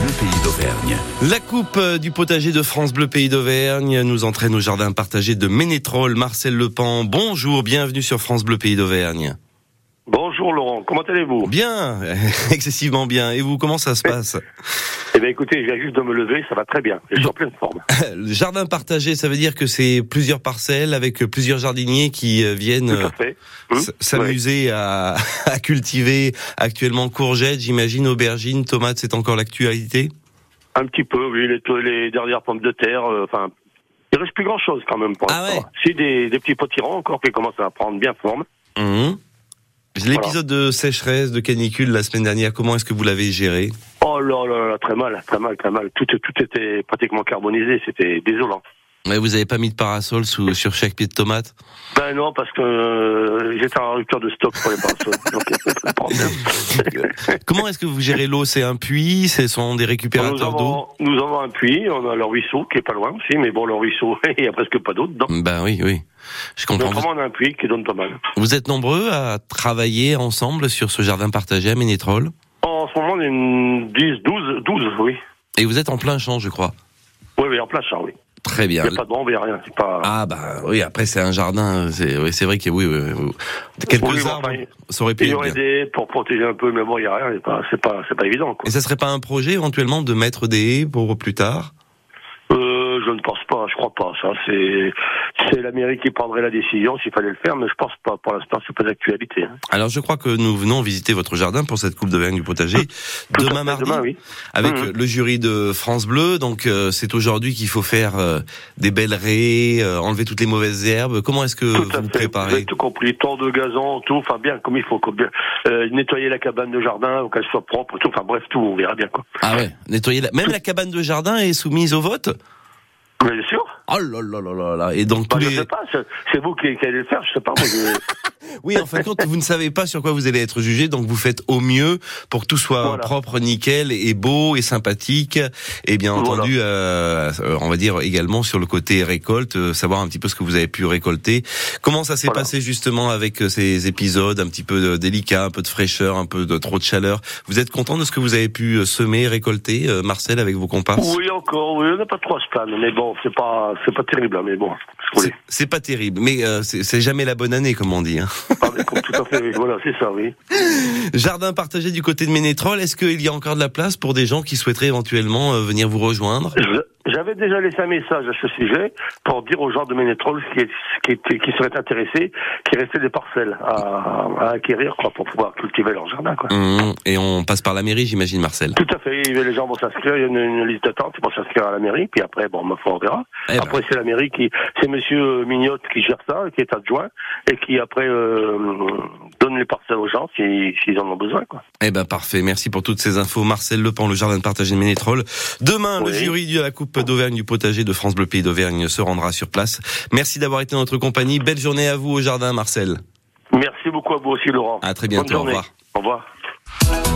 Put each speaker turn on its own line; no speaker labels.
Pays d'Auvergne.
La Coupe euh, du potager de France Bleu Pays d'Auvergne nous entraîne au jardin partagé de Ménétrol. Marcel Lepan, bonjour, bienvenue sur France Bleu Pays d'Auvergne.
Bonjour Laurent, comment allez-vous
Bien, excessivement bien. Et vous, comment ça se passe
Eh bien écoutez, je viens juste de me lever, ça va très bien, je suis en pleine forme.
Le Jardin partagé, ça veut dire que c'est plusieurs parcelles avec plusieurs jardiniers qui euh, viennent
Tout à
euh,
fait. Mmh.
s- s'amuser à, à cultiver actuellement courgettes, j'imagine, aubergines, tomates, c'est encore l'actualité
Un petit peu, oui, les, les dernières pommes de terre, euh, enfin, il reste plus grand-chose quand même pour
Ah
l'instant. Si, des, des petits potirons encore qui commencent à prendre bien forme.
Mhm. L'épisode de sécheresse, de canicule la semaine dernière, comment est-ce que vous l'avez géré
Oh là là là, très mal, très mal, très mal. Tout, tout était pratiquement carbonisé, c'était désolant.
Ouais, Vous n'avez pas mis de parasol sous, sur chaque pied de tomate
Ben non, parce que euh, j'étais en rupture de stock pour les pinceaux, donc il y a pas de problème.
Comment est-ce que vous gérez l'eau C'est un puits Ce sont des
Nous
récupérateurs
avons,
d'eau
nous avons un puits, on a le ruisseau qui est pas loin aussi, mais bon, le ruisseau, il y a presque pas d'eau dedans.
Ben oui, oui. Je comprends.
Donc,
Vous,
comment on a un puits qui donne pas mal.
vous êtes nombreux à travailler ensemble sur ce jardin partagé à Ménétrol
En ce moment, on est une 10, 12, 12, oui.
Et vous êtes en plein champ, je crois.
Oui, oui, en plein champ, oui.
Très
Il
bien.
n'y a pas d'ombre, il n'y a rien. C'est pas...
Ah bah oui, après c'est un jardin, c'est oui, c'est vrai qu'il y a oui, oui, oui. quelques
Oui, mais
arbres,
enfin,
ça aurait pu
Il y
être
aurait
bien.
des haies pour protéger un peu, mais bon, il n'y a rien, c'est pas, c'est pas, c'est pas évident, quoi.
Et ça serait pas un projet éventuellement de mettre des haies pour plus tard
Euh, je ne pense pas, je crois pas, ça. C'est, c'est la mairie qui prendrait la décision s'il fallait le faire, mais je pense pas. Pour l'instant, c'est pas d'actualité. hein.
Alors je crois que nous venons visiter votre jardin pour cette coupe de vergne du potager
Tout à
demain
fait,
mardi euh,
Demain, oui.
avec
Mhm.
le jury de France Bleu. Donc euh, c'est aujourd'hui qu'il faut faire euh, des belles raies, euh, enlever toutes les mauvaises herbes. Comment est-ce que
Tout à
vous vous
fait. Vous avez
préparez
tout compris, tour de gazon, tout, enfin bien comme il faut, quoi. Bien, euh, nettoyer la cabane de jardin, qu'elle soit propre, tout, enfin bref, tout, on verra bien quoi.
Ah ouais, nettoyer la... même la cabane de jardin est soumise au vote.
Bien sûr,
Oh là là là là là. Et donc
Bah,
tous
je
les
sais pas, c'est- c'est vous qui, qui allez le faire, je sais pas. Moi, je-
Oui, en fin de compte, vous ne savez pas sur quoi vous allez être jugé, donc vous faites au mieux pour que tout soit
Voilà.
propre, nickel et beau et sympathique. Et bien
Voilà.
entendu, euh, euh, on va dire également sur le côté récolte, euh, savoir un petit peu ce que vous avez pu récolter. Comment ça s'est
Voilà.
passé justement avec euh, ces épisodes un petit peu euh, délicats, un peu de fraîcheur, un peu de trop de chaleur Vous êtes content de ce que vous avez pu euh, semer, récolter, euh, Marcel, avec vos comparses
oui encore, oui, on n'a pas trop à se plaindre, mais bon, c'est pas, c'est pas terrible, hein, mais bon, ce que vous
C'est-
voulez.
C'est pas terrible, mais euh, c'est c'est jamais la bonne année, comme on dit. hein.
Ah, mais comme tout à fait, oui, voilà, c'est ça, oui.
Jardin partagé du côté de Ménétrol, est-ce qu'il y a encore de la place pour des gens qui souhaiteraient éventuellement euh, venir vous rejoindre
Je- J'avais déjà laissé un message à ce sujet pour dire aux gens de Ménétrol qui, qui, étaient- qui seraient intéressés, qui restaient des parcelles à, à acquérir, quoi, pour pouvoir cultiver leur jardin, quoi.
Hum, Et on passe par la mairie, j'imagine, Marcel.
Tout à fait, les gens vont s'inscrire, il y a une, une liste d'attente, ils vont s'inscrire à la mairie, puis après, bon, ma foi, on verra.
Eh ben,
Après, c'est la mairie qui, c'est monsieur euh, Mignotte qui gère ça, qui est adjoint, et qui après euh, donne les parcelles aux gens si- s'ils en ont besoin, quoi.
eh ben, parfait. Merci pour toutes ces infos. Marcel Lepan, le jardin partagé de Ménétrol. Demain, le
Oui.
jury de la Coupe d'Auvergne du potager de France Bleu Pays d'Auvergne se rendra sur place. Merci d'avoir été en notre compagnie. Belle journée à vous au jardin, Marcel.
Merci beaucoup à vous aussi, Laurent.
À très
Bonne
bientôt. Au
journée.
revoir.
Au revoir.